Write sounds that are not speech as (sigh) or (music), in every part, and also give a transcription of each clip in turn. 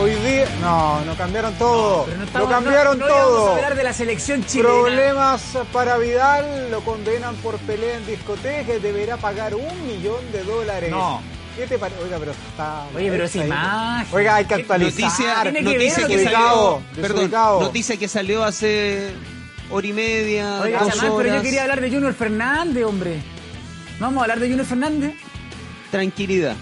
Hoy día. No, no cambiaron todo. Pero no lo estamos- cambiaron no- no íbamos a todo. hablar de la selección chilena. Problemas para Vidal, lo condenan por pelea en discoteca y deberá pagar un millón de dólares. No. ¿Qué te parece? Oiga, pero está. Oye, pero esa ahí. imagen. Oiga, hay que Noticia, actualizar. Tiene que noticia ver, que desubicado, salió, desubicado. perdón, noticia que salió hace hora y media, Oiga, dos chamán, pero yo horas. quería hablar de Junior Fernández, hombre. ¿No vamos a hablar de Junior Fernández? Tranquilidad.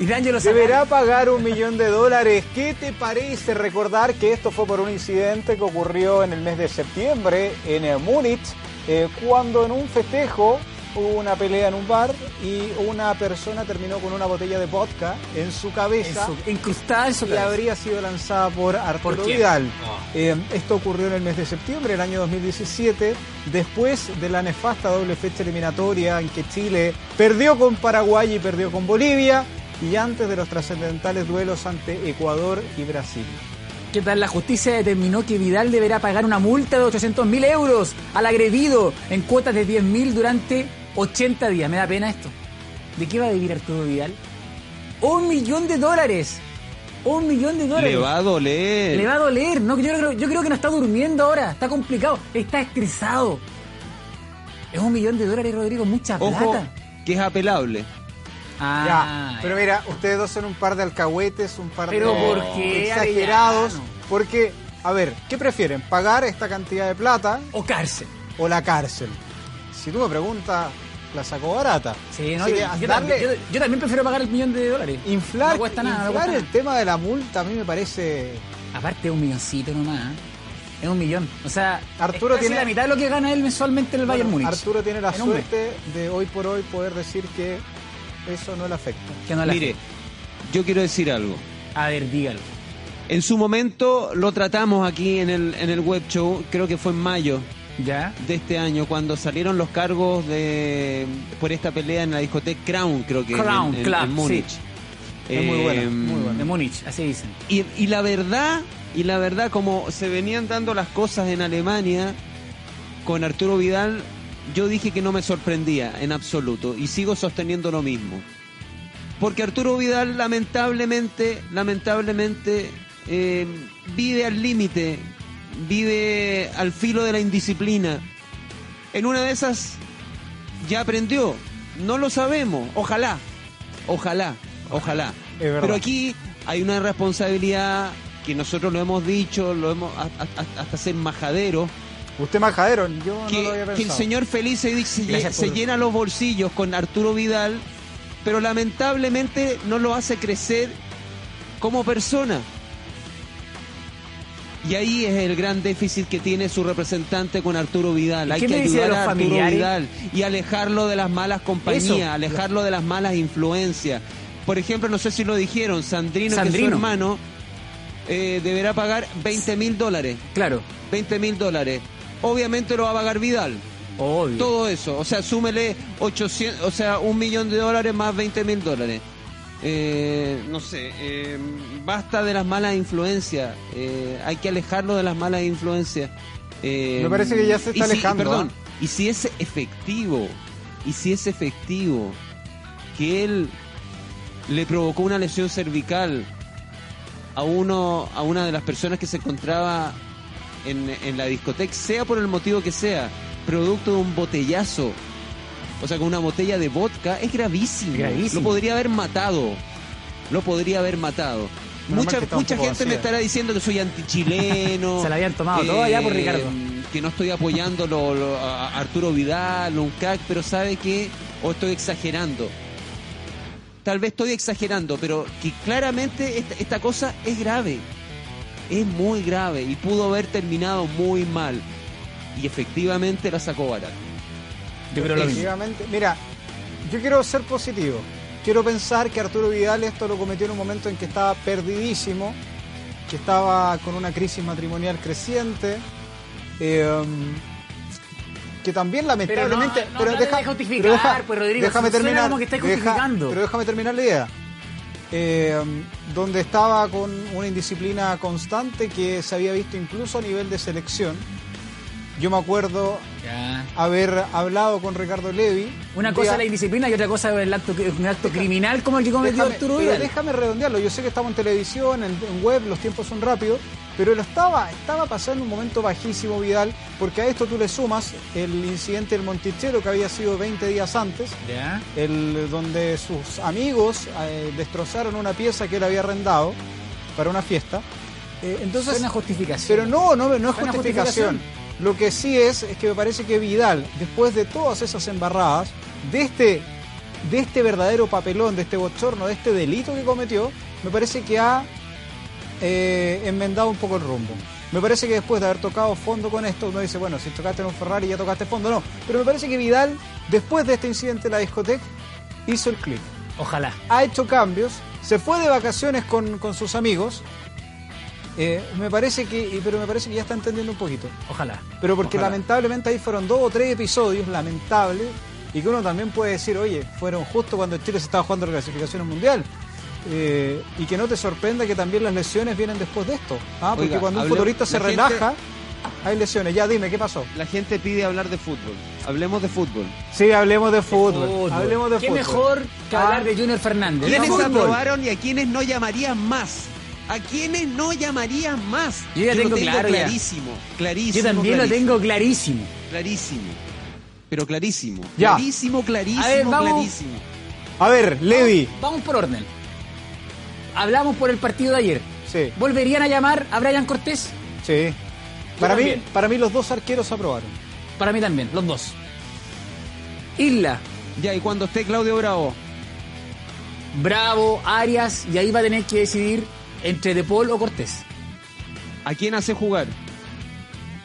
Y de Ángelo Zapata. Deberá pagar un millón de dólares. ¿Qué te parece recordar que esto fue por un incidente que ocurrió en el mes de septiembre en eh, Múnich, eh, cuando en un festejo hubo una pelea en un bar y una persona terminó con una botella de vodka en su En cabeza? su- Incrustada en su y cabeza. habría sido lanzada por Arturo ¿Por quién? Ah. Vidal. Eh, esto ocurrió en el mes de septiembre del año 2017, después de la nefasta doble fecha eliminatoria en que Chile perdió con Paraguay y perdió con Bolivia, y antes de los trascendentales duelos ante Ecuador y Brasil. ¿Qué tal? La justicia determinó que Vidal deberá pagar una multa de 800.000 euros al agredido en cuotas de 10.000 durante 80 días. Me da pena esto. ¿De qué va a vivir Arturo Vidal? Un millón de dólares. Un millón de dólares. Le va a doler. Le va a doler. No, yo, creo, yo creo que no está durmiendo ahora. Está complicado. Está estresado. Es un millón de dólares, Rodrigo. Mucha Ojo, plata. que es apelable. Ah, Ya, pero mira, ustedes dos son un par de alcahuetes, un par Pero de ¿por qué, exagerados, Arellano? porque, a ver, ¿qué prefieren? ¿Pagar esta cantidad de plata O cárcel. o la cárcel? Si tú me preguntas, la sacó barata. Sí, no, Así yo, que yo darle- también, yo- yo también prefiero pagar el millón de dólares. Inflar, No cuesta nada, no inflar cuesta el nada. tema de la multa a mí me parece... Aparte, un milloncito nomás. ¿eh? Es un millón. O sea, Arturo es casi tiene- la mitad de lo que gana él mensualmente en el Bayern Bueno, Múnich. Arturo tiene la En un mes. suerte de hoy por hoy poder decir que eso no le afecta. Que no la- Mire, yo quiero decir algo. A ver, dígalo. En su momento lo tratamos aquí en el, en el web show, creo que fue en mayo ¿Ya? de este año, cuando salieron los cargos de por esta pelea en la discoteca Crown, creo que en- Crown en, en Club, Múnich. sí. Es muy buena, Em, muy buena. De Múnich, así dicen. Y, y la verdad, y la verdad, como se venían dando las cosas en Alemania con Arturo Vidal, yo dije que no me sorprendía en absoluto y sigo sosteniendo lo mismo. Porque Arturo Vidal lamentablemente, lamentablemente eh, vive al límite, vive al filo de la indisciplina. En una de esas ya aprendió, no lo sabemos, ojalá, ojalá, ojalá. Es verdad. Pero aquí hay una responsabilidad que nosotros lo hemos dicho, lo hemos a- a- hasta ser majadero, Usted majadero, yo que, no lo había que el pensado. señor feliz se, se- Gracias se por- llena los bolsillos con Arturo Vidal, pero lamentablemente no lo hace crecer como persona. Y ahí es el gran déficit que tiene su representante con Arturo Vidal. ¿Y Hay qué que me dice de ayudar los a Arturo familiares? Vidal y alejarlo de las malas compañías, Eso. alejarlo de las malas influencias. Por ejemplo, no sé si lo dijeron, Sandrino, que es Sandrino. su hermano, eh, deberá pagar 20 mil dólares. Claro. 20 mil dólares. Obviamente lo va a pagar Vidal. Obvio. Todo eso. O sea, súmele 800, o sea, un millón de dólares más 20 mil dólares. Eh, no sé, eh, basta de las malas influencias. Eh, hay que alejarlo de las malas influencias. Eh, Me parece que ya se está y si- alejando, perdón, ¿ah? y si es efectivo, y si es efectivo que él le provocó una lesión cervical a uno a una de las personas que se encontraba en, en la discoteca, sea por el motivo que sea, producto de un botellazo, o sea, con una botella de vodka, es gravísimo. Gravísimo. Lo podría haber matado. Lo podría haber matado. Menos mal mucha que estaba un mucha poco gente me vacía. estará diciendo que soy antichileno. Se la habían tomado todo allá por Ricardo. Que no estoy apoyando lo- lo- a a Arturo Vidal, un CAC, pero sabe que o estoy exagerando. Tal vez estoy exagerando, pero que claramente esta- esta cosa es grave es muy grave y pudo haber terminado muy mal. y efectivamente la sacó barata. Yo creo lo mismo. Efectivamente. Mira, yo quiero ser positivo. Quiero pensar que Arturo Vidal esto lo cometió en un momento en que estaba perdidísimo, que estaba con una crisis matrimonial creciente, eh, que también lamentablemente... no, no trates de justificar, pues, Rodrigo, déjame suena terminar, como que estás deja- justificando. pero déjame terminar la idea. Eh, donde estaba con una indisciplina constante que se había visto incluso a nivel de selección. Yo me acuerdo Ya. haber hablado con Ricardo Levi. Una un cosa día- es la indisciplina y otra cosa es el acto, un acto criminal como el que cometió Déjame- Arturo pero Vidal. déjame redondearlo. Yo sé que estamos en televisión, en, en web, los tiempos son rápidos, pero lo estaba, estaba pasando un momento bajísimo Vidal, porque a esto tú le sumas el incidente del Montichero que había sido 20 días antes, Ya. el, donde sus amigos eh, destrozaron una pieza que él había arrendado para una fiesta. Eh, entonces, Suena justificación. pero no, no, no es Buena justificación. justificación. Lo que sí es, es que me parece que Vidal, después de todas esas embarradas, de este, de este verdadero papelón, de este bochorno, de este delito que cometió, me parece que ha eh, enmendado un poco el rumbo. Me parece que después de haber tocado fondo con esto, uno dice, bueno, si tocaste en un Ferrari ya tocaste fondo, no. Pero me parece que Vidal, después de este incidente en la discoteca, hizo el clic Ojalá. ha hecho cambios, se fue de vacaciones con, con sus amigos. eh, me parece que, y- pero me parece que ya está entendiendo un poquito. Ojalá. Pero porque Ojalá. lamentablemente ahí fueron dos o tres episodios lamentables y que uno también puede decir, oye, fueron justo cuando Chile se estaba jugando la clasificación al mundial. Eh, y que no te sorprenda que también las lesiones vienen después de esto. Ah, porque Oiga, cuando un hablemos- futbolista se la gente- relaja, hay lesiones. Ya dime, ¿qué pasó? La gente pide hablar de fútbol. Hablemos de fútbol. Sí, hablemos de fútbol. Hablemos de Qué fútbol. mejor que Ah, hablar de Junior Fernández. ¿Quiénes Vamos. aprobaron y a quiénes no llamarías más? ¿A quiénes no llamarías más? Yo ya tengo lo claro ya. clarísimo, clarísimo. Yo también lo clarísimo, tengo clarísimo. Clarísimo. Pero clarísimo. Ya. Clarísimo, clarísimo, A ver, vamos. clarísimo. A ver, Levi. Vamos por orden. Hablamos por el partido de ayer. Sí. ¿Volverían a llamar a Brian Cortés? Sí. Para mí, también. para mí los dos arqueros aprobaron. Para mí también, los dos. Isla, Ya, y cuando esté Claudio Bravo, Bravo, Arias, y ahí va a tener que decidir entre De Paul o Cortés. ¿a quién hace jugar?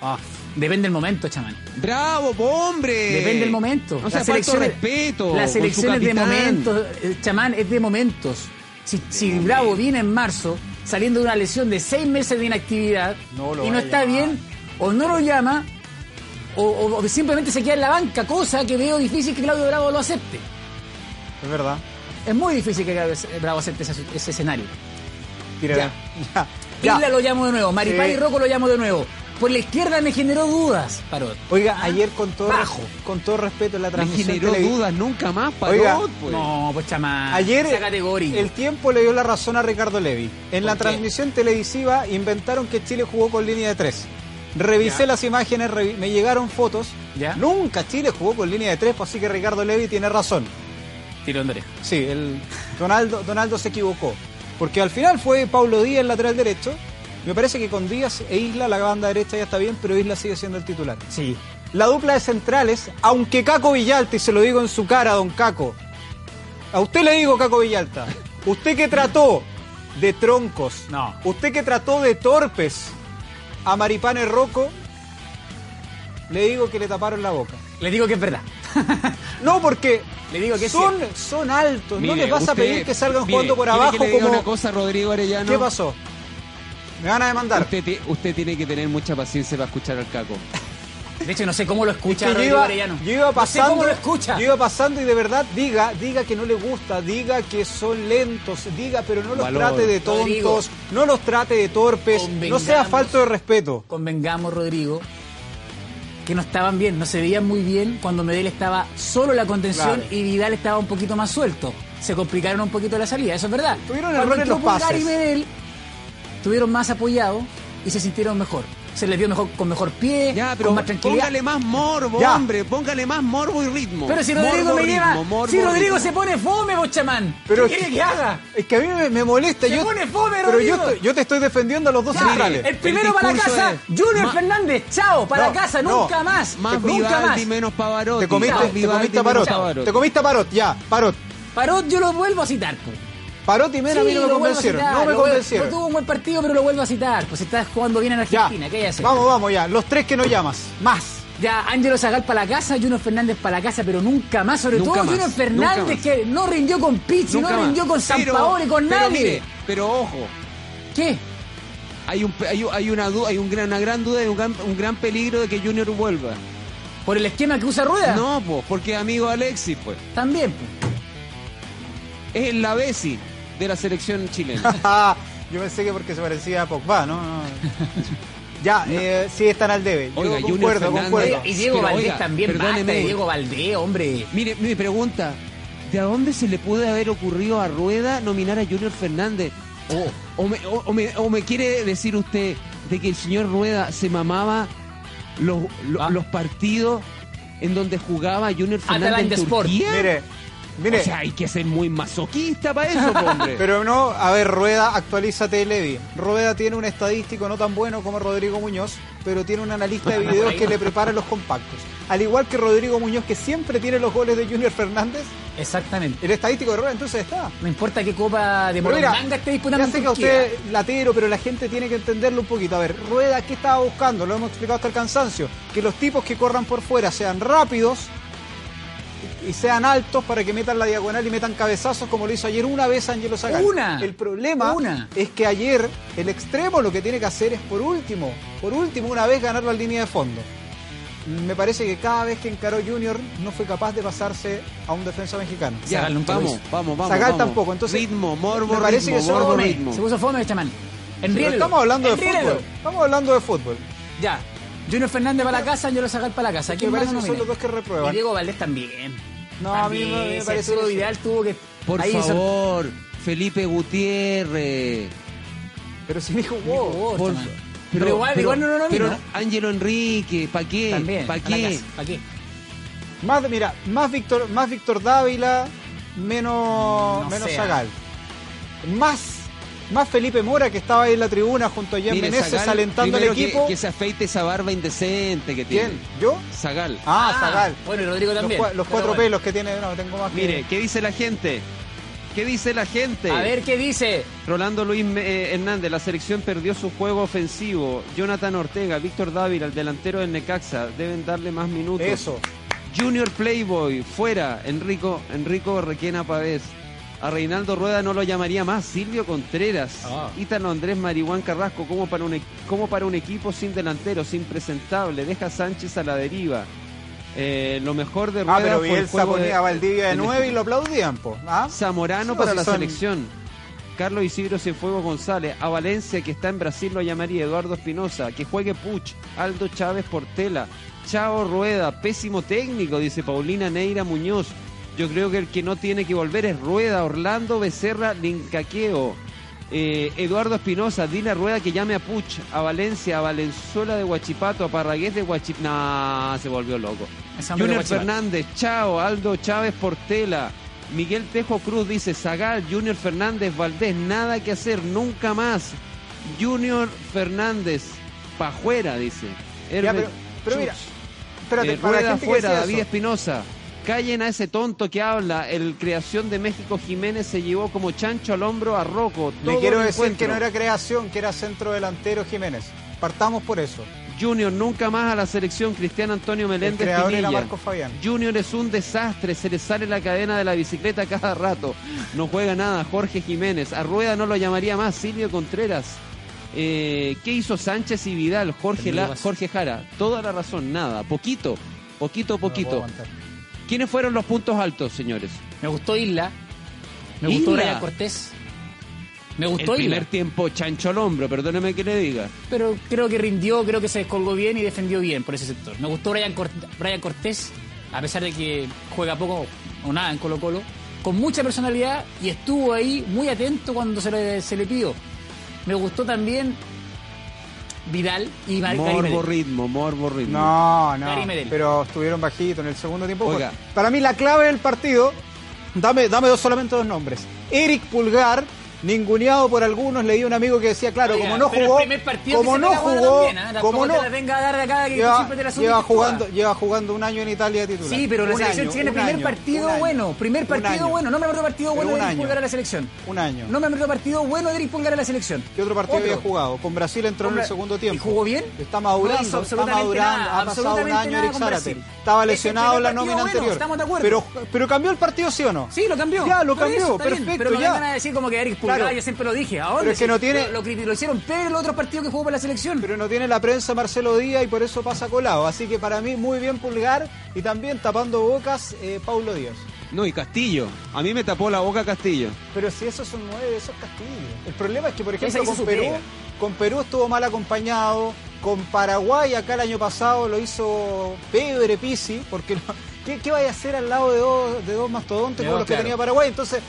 Ah, depende del momento, chamán. ¡Bravo, po, hombre! Depende del momento. No sea, falta de respeto. con Las su elecciones de capitán. momentos, eh, chamán, es de momentos. Si, si Bravo viene en marzo, saliendo de una lesión de seis meses de inactividad, No lo y va no a está llamar. bien, o no lo llama, o, o- o simplemente se queda en la banca, cosa que veo difícil que Claudio Bravo lo acepte. Es verdad. Es muy difícil que Claudio Bravo acepte ese, ese escenario. Tírala. (laughs) Ya. Ya. Isla lo llamo de nuevo, Maripá Sí. Eh, y Rocco lo llamo de nuevo. Por la izquierda me generó dudas, Parot. Oiga, ayer con todo, Ah, Bajo. con todo respeto la Me transmisión generó televi- dudas nunca más, Parot, Oiga, pues. No, pues chamán. Ayer sea categórico. el tiempo le dio la razón a Ricardo Levi. En la ¿Por qué? transmisión televisiva inventaron que Chile jugó con línea de tres. Revisé Ya. las imágenes, revi- me llegaron fotos. Ya. Nunca Chile jugó con línea de tres, pues así que Ricardo Levi tiene razón. Tirón de oreja. Sí, el Donaldo, Donaldo se equivocó. Porque al final fue Paulo Díaz el lateral derecho. Me parece que con Díaz e Isla la banda derecha ya está bien, pero Isla sigue siendo el titular. Sí. La dupla de centrales, aunque Caco Villalta, y se lo digo en su cara, don Caco. A usted le digo, Caco Villalta. Usted que trató de troncos. No. Usted que trató de torpes a Maripane Rocco. Le digo que le taparon la boca. Le digo que es verdad. No, porque Le digo que es son, son altos. no Mire, les vas a usted- pedir que salgan mire, jugando por ¿quiere abajo que le diga como... una cosa, Rodrigo Arellano? ¿Qué pasó? Me van a demandar. Usted, ti- usted tiene que tener mucha paciencia para escuchar al (laughs) caco. De hecho, no sé cómo lo escucha Que yo, Rodrigo iba, Arellano. yo iba No sé pasando, cómo lo escucha. yo iba pasando y de verdad diga, diga que no le gusta, diga que son lentos, diga, pero no los Valor. trate de tontos, Rodrigo. no los trate de torpes, no sea Convengamos. falto de respeto. Convengamos, Rodrigo, que no estaban bien, no se veían muy bien cuando Medel estaba solo en la contención Claro. y Vidal estaba un poquito más suelto. Se complicaron un poquito la salida, eso es verdad. Tuvieron Cuando errores en entró los Pulgar pases. y Medel tuvieron más apoyado y se sintieron mejor. Se les vio mejor, con mejor pie, Ya, pero con más tranquilidad. póngale más morbo, Ya. hombre. Póngale más morbo y ritmo. Pero si Rodrigo Morbo, me lleva. ritmo, morbo, si Rodrigo ritmo. se pone fome, bochamán. Pero- ¿Qué quiere que haga? Es que a mí me, me molesta. Se yo, pone fome, pero yo, Rodrigo. te- yo te estoy defendiendo a los dos Ya, centrales. el primero El para la discurso casa, es- Junior Ma- Fernández, chao, para No, casa, no. nunca más. Más nunca Vivaldi, más. menos Pavarotti. Te comiste, Más Chao. te Vivaldi, comiste a menos Parot. Pavarotti. Te comiste a Parot, ya, Parot. Parot yo lo vuelvo a citar. pues. Parot y Mena a mí Sí, no me lo vuelvo a convencieron. citar, no me lo vuelvo- convencieron. No tuvo un buen partido, pero lo vuelvo a citar. Pues está jugando bien en ya. Argentina, ¿qué hay que hacer? (laughs) Vamos, vamos, ya. Los tres que no llamas. Más. Ya, Ángelo Zagal para la casa, Juno Fernández para la casa, pero nunca más, sobre Nunca todo más, Juno nunca Fernández más. que no rindió con Pichi, no Nunca más. rindió con San Pero- Paolo, con pero nadie. mire, pero ojo, ¿Qué? hay, un, hay, hay una, du- hay un gran, una gran duda y un gran, un gran peligro de que Junior vuelva. ¿Por el esquema que usa Rueda? No, pues, porque amigo Alexis, pues, También. pues. es el Lavesi de la selección chilena. Ah, Yo pensé que porque se parecía a Pogba, ¿no? (laughs) no. ya, eh, sí están al debe. Yo Oiga, Junior concuerdo, Fernández. concuerdo. Y Diego Pero, Valdés oiga, también, basta perdóneme. de Diego Valdés, hombre. Mire, mi pregunta, ¿de a dónde se le puede haber ocurrido a Rueda nominar a Junior Fernández? O, o me, o- o me- o me quiere decir usted de que el señor Rueda se mamaba los, lo- Ah. los partidos en donde jugaba Junior Fernández Atalanta en Sport. Turquía? Mire, mire. O sea, hay que ser muy masoquista para eso, po, eh. hombre. (laughs) Pero no, a ver, Rueda, actualízate, Levi. Rueda tiene un estadístico no tan bueno como Rodrigo Muñoz, pero tiene un analista (laughs) de videos que le prepara los compactos. Al igual que Rodrigo Muñoz, que siempre tiene los goles de Junior Fernández, Exactamente. el estadístico de Rueda entonces está. No importa qué copa de Pero mira, Morondanga esté disputando ya sé en que a Turquía. usted latero, pero la gente tiene que entenderlo un poquito. A ver, Rueda, ¿qué estaba buscando? Lo hemos explicado hasta el cansancio. Que los tipos que corran por fuera sean rápidos y sean altos para que metan la diagonal y metan cabezazos como lo hizo ayer una vez Angelo Zagal. Una. El problema Una. es que ayer el extremo lo que tiene que hacer es por último, por último una vez ganar la línea de fondo. Me parece que cada vez que encaró Junior no fue capaz de pasarse a un defensa mexicano. Ya, Zagal nunca lo vamos, hizo. vamos, vamos. Zagal vamos. tampoco, entonces, Ritmo, morbo, me parece ritmo, que son morbo, fome, ritmo. Se puso fome este el chamán. Pero Enríelo. estamos hablando de Enríelo. fútbol. Estamos hablando de fútbol. Ya. Junior Fernández para la casa, Angelo Zagal para la casa. Que ¿Quién me más parece no que son nomina? los dos que Y reprueban. Diego Valdés también. No, a mí me- me También, si parece Arturo que sí. Vidal tuvo que. Por ahí hizo- favor, Felipe Gutiérrez. Pero si dijo, Diego wow. Borja, Por- man. Pero igual- igual no lo nomina. Pero Ángelo Enrique, ¿para qué? También. ¿Para a la qué? casa, ¿Para qué? Más, mira, más Víctor, más Víctor Dávila, menos, No menos sea. Zagal. Más, más Felipe Mora que estaba ahí en la tribuna junto a Jan Mire, Meneses Zagal, alentando al primero que- equipo. Que, se afeite esa barba indecente que tiene. ¿Quién? ¿Yo? Zagal. Ah, Zagal. Bueno, y Rodrigo Los, también. cua- los Pero cuatro bueno. pelos que tiene, no, tengo más que- Mire, ¿qué dice la gente? ¿Qué dice la gente? A ver qué dice. Rolando Luis eh, Hernández, la selección perdió su juego ofensivo. Jonathan Ortega, Víctor Dávila, el delantero del Necaxa, deben darle más minutos. Eso. Junior Playboy, fuera, Enrico, Enrico Requena Pavés. A Reinaldo Rueda no lo llamaría más, Silvio Contreras. Ah. Ítalo Andrés Marihuán Carrasco, como para, un, e- como para un equipo sin delantero, sin presentable. Deja a Sánchez a la deriva. Eh, lo mejor de Rueda Ah, pero fue el Bielsa juego ponía a Valdivia de en nueve y el- lo aplaudían, po. ¿Ah? Zamorano Sí, para ahora la son- selección. Carlos Isidro Cienfuegos González. A Valencia, que está en Brasil, lo llamaría Eduardo Espinosa. Que juegue Puch. Aldo Chávez Portela. Chao Rueda. Pésimo técnico, dice Paulina Neira Muñoz. Yo creo que el que no tiene que volver es Rueda. Orlando Becerra Lincaqueo. Eh, Eduardo Espinosa, dile a Rueda que llame a Puch, a Valencia, a Valenzuela de Huachipato, a Parragués de Huachipato. Nah, se volvió loco. Esa hombre de Junior Guachipato. Fernández, chao, Aldo Chávez Portela. Miguel Tejo Cruz dice, Zagal, Junior Fernández, Valdés, nada que hacer, nunca más. Junior Fernández, pajuera, dice. Ya, Herbert pero, pero mira, Chus. espérate, Eh, para la rueda gente que afuera, decía David eso. Espinosa. Callen a ese tonto que habla. El creación de México Jiménez se llevó como chancho al hombro a Rocco. Le todo quiero el decir que encuentro. no era creación, que era centro delantero Jiménez. Partamos por eso. Junior nunca más a la selección Cristian Antonio El Meléndez creador era Pinilla. Marco Fabián. Junior es un desastre, se le sale la cadena de la bicicleta cada rato. No juega nada, Jorge Jiménez. A Rueda no lo llamaría más, Silvio Contreras. Eh, ¿Qué hizo Sánchez y Vidal? Jorge, La- Amigos. Jorge Jara. Toda la razón, nada. Poquito, poquito, No lo puedo poquito. aguantar. ¿Quiénes fueron los puntos altos, señores? Me gustó Isla. Me Isla. gustó Brian Cortés. Me El gustó Isla. primer tiempo, chancho al hombro, perdóneme que le diga. Pero creo que rindió, creo que se descolgó bien y defendió bien por ese sector. Me gustó Brian, Cort- Brian Cortés, a pesar de que juega poco o nada en Colo Colo, con mucha personalidad y estuvo ahí muy atento cuando se le, se le pidió. Me gustó también Vidal y Mar- Gary Morbo Medel. ritmo, morbo ritmo. No, no. Gary Medel. Pero estuvieron bajitos en el segundo tiempo. Oiga. Para mí la clave del partido, dame, dame dos, solamente dos nombres. Eric Pulgar ninguneado por algunos. Leí un amigo que decía, claro, Oiga, como no pero el jugó, primer partido como que se no me la guarda jugó, también, ¿ah? Tampoco como no, te la venga a dar de acá, que tú lleva, siempre te la subes lleva que tú jugando, juegas. lleva jugando un año en Italia de titular. Sí, pero la Un selección año, tiene un primer año, partido un año, bueno, primer un partido año. bueno. No me acuerdo partido Pero bueno un de año. Eric Pulgar a la selección. Un año. No me acuerdo partido bueno de Eric Pulgar a la selección. ¿Qué otro partido había jugado? Con Brasil entró en Hombre, el segundo ¿y tiempo. jugó bien? Está madurando, No hizo está absolutamente madurando. nada, ha pasado un absolutamente año nada Eric con Zárate. Brasil. Estaba Es el lesionado primer en la partido nómina bueno, anterior. estamos de acuerdo. Pero, pero cambió el partido, ¿sí o no? Sí, lo cambió. Ya, lo Por cambió. eso, está bien, perfecto, pero no ya. me van a decir como que Eric Pulgar, Claro. yo siempre lo dije. ¿A dónde? Pero es que Si no tiene- Lo, lo, lo hicieron pero el otro partido que jugó para la selección. Pero no tiene la prensa Marcelo Díaz y por eso pasa colado. Así que para mí, muy bien Pulgar y también tapando bocas eh, Paulo Díaz. No, y Castillo. A mí me tapó la boca Castillo. Pero si esos son nueve, esos castillos. El problema es que, por Esa ejemplo, hizo con su Perú, pega. con Perú estuvo mal acompañado, con Paraguay acá el año pasado lo hizo Pedre Pisi, porque no- ¿qué, qué vaya a hacer al lado de dos, de dos mastodontes De como dos, los que claro. tenía Paraguay? Entonces,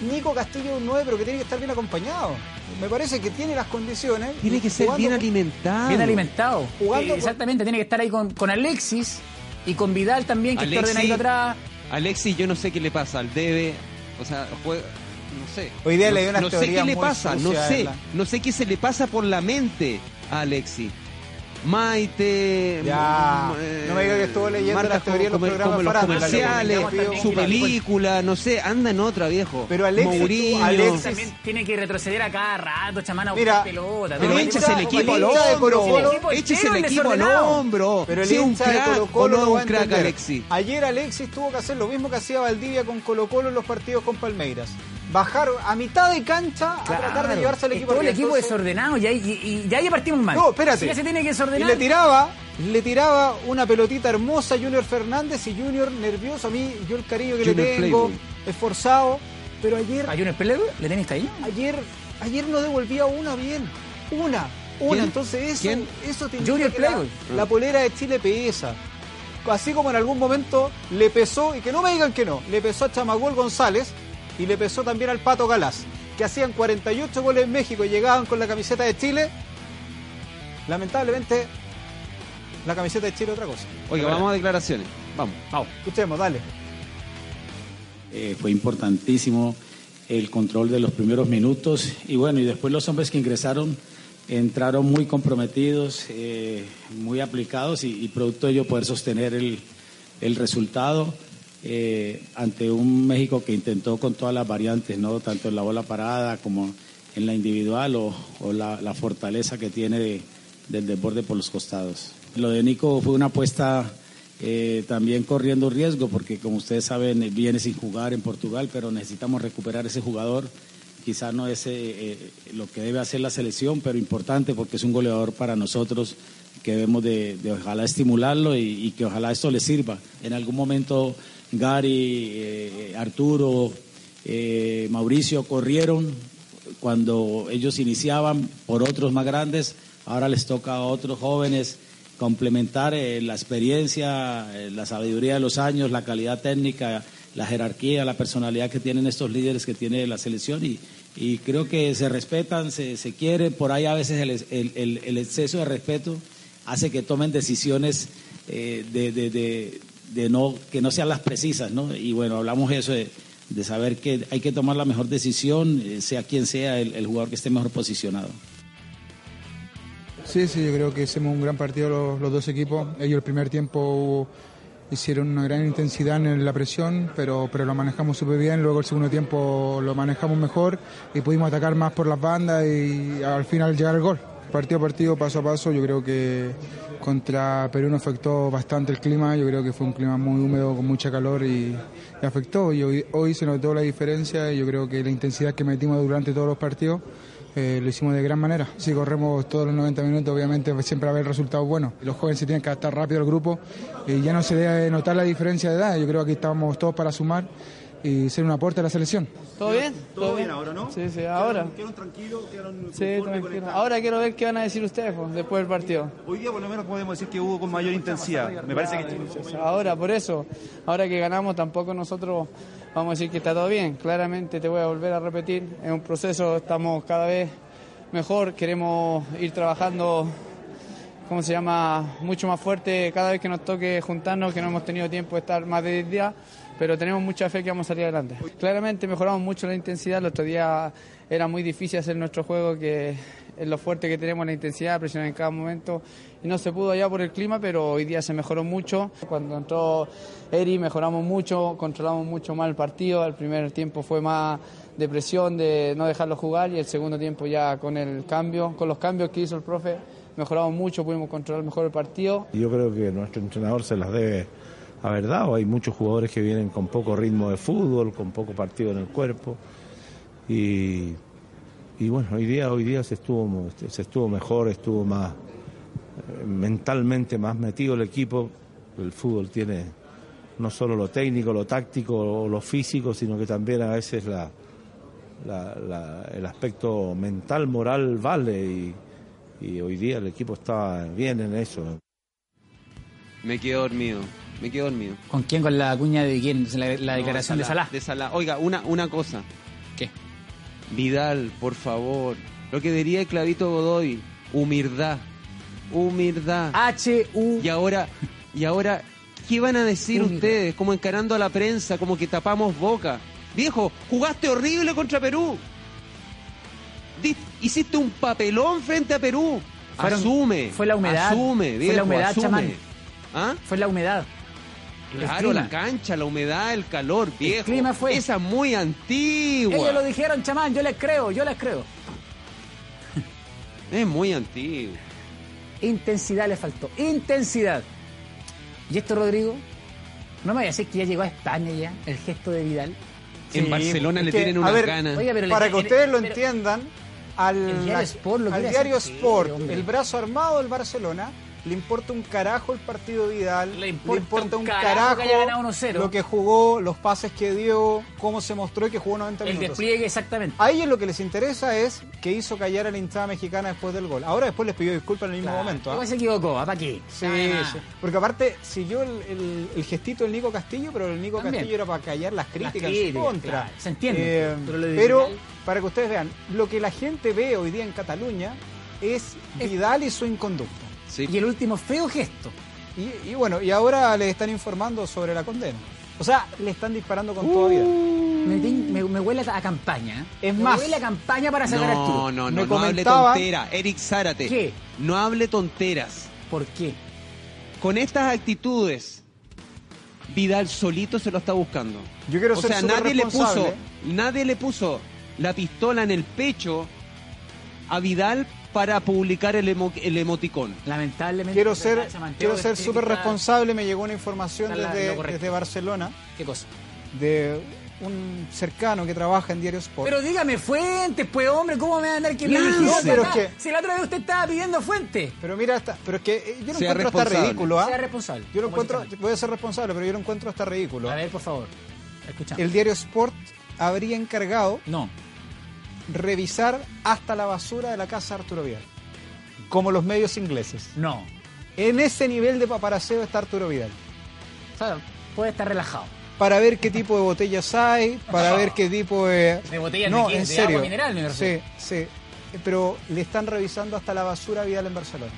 Nico Castillo es un 9, pero que tiene que estar bien acompañado. Me parece que tiene las condiciones. Tiene que ser Jugando bien con- alimentado. Ah, Bien alimentado. Jugando Eh, Exactamente, tiene que estar ahí con, con Alexis y con Vidal también, que está Alexis. ordenadito atrás. Alexis, yo no sé qué le pasa al debe. O sea, juega- no sé. Hoy día no, leí unas No sé teorías qué le muy pasa, no sucias, sé. la- No sé qué se le pasa por la mente a Alexis. Maite. Ya, mm, eh, no me diga que estuvo leyendo Marta las teorías de los como- programas como de farándula, comerciales, lo que comentamos su también. película, no sé, anda en otra, viejo. Pero Alexis tuvo- Mourinho. Alexis- También tiene que retroceder a cada rato, chamana, a Mira, buscar pelota. Pero ¿no? el échese el hincha- equipo el al hincha de Colo-Colo- hombro. El equipo Échese entero el es equipo al desordenado. hombro. Pero el Sea un hincha de crack o Colo-Colo no lo va un a crack, entender. Alexis. Ayer Alexis tuvo que hacer lo mismo que hacía Valdivia con Colo Colo en los partidos con Palmeiras. Bajar a mitad de cancha a tratar de Claro. llevarse al equipo Todo el arriba. equipo Entonces- desordenado y, ahí- y- y ya ahí partimos mal. No, espérate. Si ya se tiene que Y desordenar. le tiraba, le tiraba una pelotita hermosa a Junior Fernández y Junior nervioso. A mí, yo el cariño que le Junior tengo, Playboy. esforzado. Pero ayer, ¿A Junior Pele le tenés cariño? ayer, ayer no devolvía una bien. Una, una. ¿Quién? Entonces eso, ¿Quién? eso te Junior indica que la- Playboy. La, polera de Chile pesa. Así como en algún momento le pesó, y que no me digan que no, le pesó a Chamagol González y le pesó también al Pato Galás, que hacían 48 goles en México y llegaban con la camiseta de Chile. Lamentablemente, la camiseta de Chile es otra cosa. Oiga, vamos a declaraciones. Vamos. Escuchemos, dale. Eh, fue importantísimo el control de los primeros minutos y bueno, y después los hombres que ingresaron entraron muy comprometidos, eh, muy aplicados y, y producto de ello poder sostener el, el resultado eh, ante un México que intentó con todas las variantes, ¿no? tanto en la bola parada como en la individual o, o la, la fortaleza que tiene de- del desborde por los costados. Lo de Nico fue una apuesta eh, también corriendo riesgo, porque como ustedes saben, eh, viene sin jugar en Portugal, pero necesitamos recuperar ese jugador. Quizá no es eh, eh, lo que debe hacer la selección, pero importante porque es un goleador para nosotros que debemos de, de ojalá estimularlo y, y que ojalá esto le sirva. En algún momento Gary, eh, Arturo, eh, Mauricio corrieron cuando ellos iniciaban por otros más grandes, ahora les toca a otros jóvenes complementar eh, la experiencia, eh, la sabiduría de los años, la calidad técnica, la jerarquía, la personalidad que tienen estos líderes que tiene la selección y, y creo que se respetan, se, se quieren, por ahí a veces el, el- el- el exceso de respeto hace que tomen decisiones eh, de, de- de- de no que no sean las precisas, ¿no? Y bueno, hablamos eso de, de saber que hay que tomar la mejor decisión, eh, sea quien sea el- el jugador que esté mejor posicionado. Sí, sí, yo creo que hicimos un gran partido los, los dos equipos. Ellos el primer tiempo hubo- hicieron una gran intensidad en la presión, pero, pero lo manejamos súper bien. Luego el segundo tiempo lo manejamos mejor y pudimos atacar más por las bandas y al final llegar al gol. Partido a partido, paso a paso, yo creo que contra Perú nos afectó bastante el clima, yo creo que fue un clima muy húmedo, con mucha calor y, y afectó. Y hoy, hoy se notó la diferencia y yo creo que la intensidad que metimos durante todos los partidos eh, lo hicimos de gran manera. Si corremos todos los 90 minutos, obviamente siempre va a haber resultados buenos. Los jóvenes se tienen que adaptar rápido al grupo y ya no se debe notar la diferencia de edad. Yo creo que aquí estamos todos para sumar y ser un aporte a la selección. ¿Todo bien? Todo, bien, ahora, ¿no? Sí, sí, ahora. ¿Quedaron tranquilos? ¿Quedaron sí, tranquilos. Ahora quiero ver qué van a decir ustedes pues, después del partido. Hoy día por lo menos podemos decir que hubo con mayor intensidad. Me parece que Ahora, por eso, ahora que ganamos, tampoco nosotros vamos a decir que está todo bien. Claramente te voy a volver a repetir, es un proceso, estamos cada vez mejor, queremos ir trabajando ¿cómo se llama?, mucho más fuerte cada vez que nos toque juntarnos, que no hemos tenido tiempo de estar más de 10 días, pero tenemos mucha fe que vamos a salir adelante. Claramente mejoramos mucho la intensidad, el otro día era muy difícil hacer nuestro juego, que es lo fuerte que tenemos, la intensidad, presionar en cada momento, y no se pudo allá por el clima, pero hoy día se mejoró mucho. Cuando entró Eri mejoramos mucho, controlamos mucho más el partido, el primer tiempo fue más de presión, de no dejarlo jugar, y el segundo tiempo ya con el cambio, con los cambios que hizo el profe, mejoramos mucho, pudimos controlar mejor el partido. Yo creo que nuestro entrenador se las debe haber dado. Hay muchos jugadores que vienen con poco ritmo de fútbol, con poco partido en el cuerpo. Y, y bueno, hoy día, hoy día se estuvo, este, se estuvo mejor, estuvo más eh, mentalmente más metido el equipo. El fútbol tiene no solo lo técnico, lo táctico o lo físico, sino que también a veces la, la- la- el aspecto mental, moral vale y, y hoy día el equipo está bien en eso. Me quedo dormido, me quedo dormido. ¿Con quién? ¿Con la cuña de quién? La, la declaración No, de Salah. De Salah. Oiga, una, una cosa. ¿Qué? Vidal, por favor. Lo que diría el Clavito Godoy, humildad. Humildad. Ah. H-U. Y ahora, y ahora, ¿qué van a decir Humildad. ustedes? Como encarando a la prensa, como que tapamos boca. Viejo, jugaste horrible contra Perú. Dis- Hiciste un papelón frente a Perú. Fueron- asume. fue la humedad. Asume, Fue viejo, la humedad, asume. chamán. ¿Ah? Fue la humedad. Claro, El la clima. cancha, la humedad, el calor, viejo. clima fue. Esa es muy Ellos lo antigua. dijeron, chamán, yo les creo, yo les creo. Es muy antigua. Intensidad le faltó, intensidad. Y esto, Rodrigo, no me voy a decir que ya llegó a España ya, el gesto de Vidal. en Sí, Barcelona es le que, tienen a una ver, gana. Oiga, pero le- Para que el- ustedes lo pero- entiendan, al El diario Sport lo al quiere diario hacer serio, Sport, hombre. el brazo armado del Barcelona, le importa un carajo el partido de Vidal, Le importa un carajo que haya ganado 1-0. lo que jugó, los pases que dio, cómo se mostró y que jugó 90 El minutos. despliegue, exactamente. A ellos lo que les interesa es que hizo callar a la hinchada mexicana después del gol. Ahora después les pidió disculpas en el mismo Claro, momento. ¿ah? igual se equivocó, ¿ah, pa' qué? Sí, Nada. sí. Porque aparte siguió el, el- el gestito del Nico Castillo, pero el Nico También. Castillo era para callar las críticas, en su críticas, contra. claro, se entiende. Eh, Pero lo de pero Vidal- para que ustedes vean, lo que la gente ve hoy día en Cataluña es Vidal y su inconducta. Sí. Y el último feo gesto. Y, y bueno, y ahora le están informando sobre la condena. O sea, le están disparando con Uh, toda vida. Me, tin- me- me huele a campaña. ¿eh? Es Me más- huele a campaña para sacar a No, Arturo. no, no, Me no hable comentaba- tontera. Eric Zárate. ¿Qué? No hable tonteras. ¿Por qué? Con estas actitudes, Vidal solito se lo está buscando. Yo quiero o ser sea, súper nadie le puso, responsable. nadie le puso la pistola en el pecho a Vidal para publicar el, emo- el emoticón. Lamentablemente. Quiero la ser cancha mantiene quiero que ser está- súper responsable, me llegó una información está la- desde, lo correcto. desde Barcelona ¿Qué cosa? de un cercano que trabaja en Diario Sport. Pero dígame fuentes, pues hombre, ¿cómo me van a dar que me Lance. dijeron No, pero es acá? que- Si la otra vez usted estaba pidiendo fuentes. Pero mira, hasta- pero es que eh, yo no encuentro Sea hasta responsable. ridículo, ¿ah? Sea responsable. Yo lo Como encuentro, dice Camacho. voy a ser responsable, pero yo lo encuentro hasta ridículo. A ver, por favor. Escuchamos. El diario Sport habría encargado No. revisar hasta la basura de la casa de Arturo Vidal, como los medios ingleses. No. En ese nivel de paparaceo está Arturo Vidal, O sea, puede estar relajado. para ver qué tipo de botellas hay, para ver qué tipo de De botellas no, de, qué? en de serio. agua mineral, me refiero. sí, sí. Eh, Pero le están revisando hasta la basura a Vidal en Barcelona.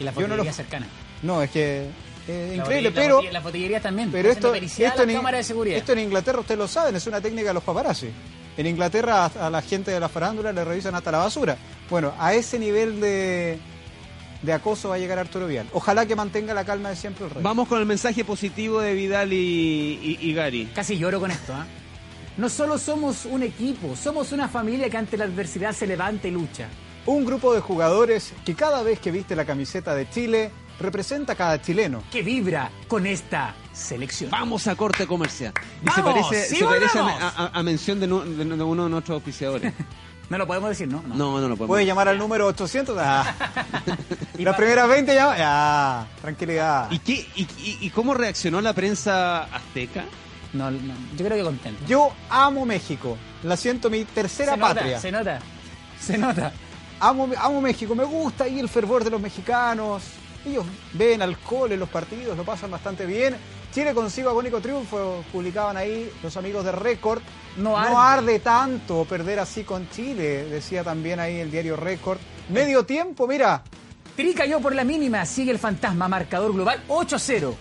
Y la Yo no botillería lo- cercana. No, es que es La increíble, botella- la pero botella- Las botillerías también. Pero Están esto, siendo periciadas esto, en, las cámaras de seguridad. esto en Inglaterra, ustedes lo saben, es una técnica de los paparazzi. En Inglaterra a, a la gente de la farándula le revisan hasta la basura. Bueno, a ese nivel de, de acoso va a llegar Arturo Vial. Ojalá que mantenga la calma de siempre el rey. Vamos con el mensaje positivo de Vidal y, y- y Gary. Casi lloro con esto, ¿ah? No solo somos un equipo, somos una familia que ante la adversidad se levanta y lucha. Un grupo de jugadores que cada vez que viste la camiseta de Chile representa a cada chileno. Que vibra con esta selección. Vamos a corte comercial. Y se ¡Vamos! parece, ¡Sí, se parece a, volvemos! a- a mención de, nu- de uno de nuestros auspiciadores. (laughs) No lo podemos decir, ¿no? No. No, no lo podemos. Puedes llamar al número 800. (laughs) Ah. Las primeras 20 llama. Ah, tranquilidad. ¿Y, qué, y, y- y cómo reaccionó la prensa azteca? No, no. Yo creo que contento. Yo amo México. La siento mi tercera se patria. Nota, se nota, se nota. Amo, amo México, me gusta ahí el fervor de los mexicanos. Ellos beben alcohol en los partidos, lo pasan bastante bien. Chile consigue agónico triunfo, publicaban ahí los amigos de Record. No no arde. arde tanto perder así con Chile, decía también ahí el diario Record. Medio tiempo, mira, Tri cayó por la mínima, sigue el fantasma, marcador global 8-0.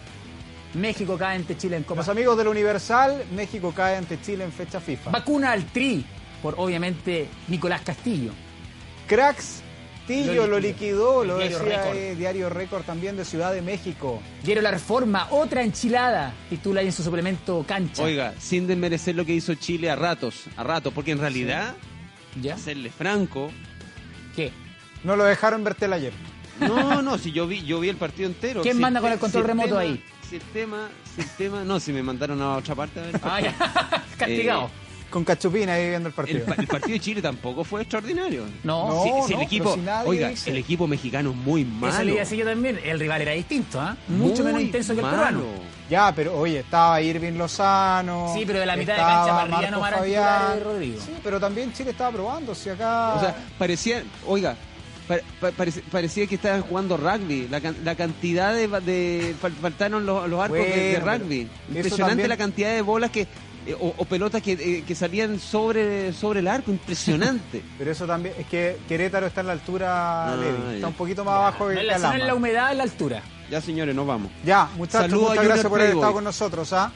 México cae ante Chile en Copa. Los amigos del Universal, México cae ante Chile en fecha FIFA. Vacuna al Tri, por obviamente Nicolás Castillo. Cracks, Tillo Lo lo liquidó. liquidó, lo Diario decía Récord. eh, Diario Récord también de Ciudad de México. Dieron la reforma, otra enchilada, titula ahí en su suplemento Cancha. Oiga, sin desmerecer lo que hizo Chile a ratos, a ratos, porque en realidad, ¿Ya? a serle franco, ¿Qué? No lo dejaron verte ayer. no, no, si yo vi, yo vi el partido entero. ¿Quién Si manda te- con el control si remoto tema- ahí? Si el tema, si el tema, no, si me mandaron a otra parte a ver. (laughs) Ah, ya. Castigado. Eh, Con Cachupina ahí viendo el El, partido. pa- el partido de Chile tampoco fue extraordinario. No, No, si, si el no, equipo, pero si nadie oiga, dice. el equipo mexicano es muy malo. Esa le iba a decir yo también. El rival era distinto, ¿ah? Mucho Muy menos intenso que el malo. peruano. Ya, pero oye, estaba Irving Lozano. Sí, pero de la mitad de estaba cancha para arriba Marco no van a Fabián. titular de Rodrigo. Sí, pero también Chile estaba probando. Si acá. O sea, parecía, oiga, pa- pa- parece- parecía que estaban jugando rugby. La, can- la cantidad de, de- fal- faltaron los, los arcos de- de, Bueno, rugby. pero eso Impresionante también- la cantidad de bolas que eh, o, o pelotas que, eh, que salían sobre, sobre el arco. Impresionante. pero eso también. Es que Querétaro está en la altura, Ah, Levi. Está ya. un poquito más abajo que No, la zona Calama. es la humedad, es la altura. ya, señores, nos vamos. Ya, muchachos, Saludos a muchas Junior gracias por haber Playboy. estado con nosotros. ¿ah?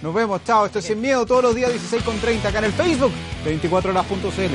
Nos vemos, chao. Esto es Sin Miedo todos los días 16 con 30 acá en el Facebook, 24horas.cl.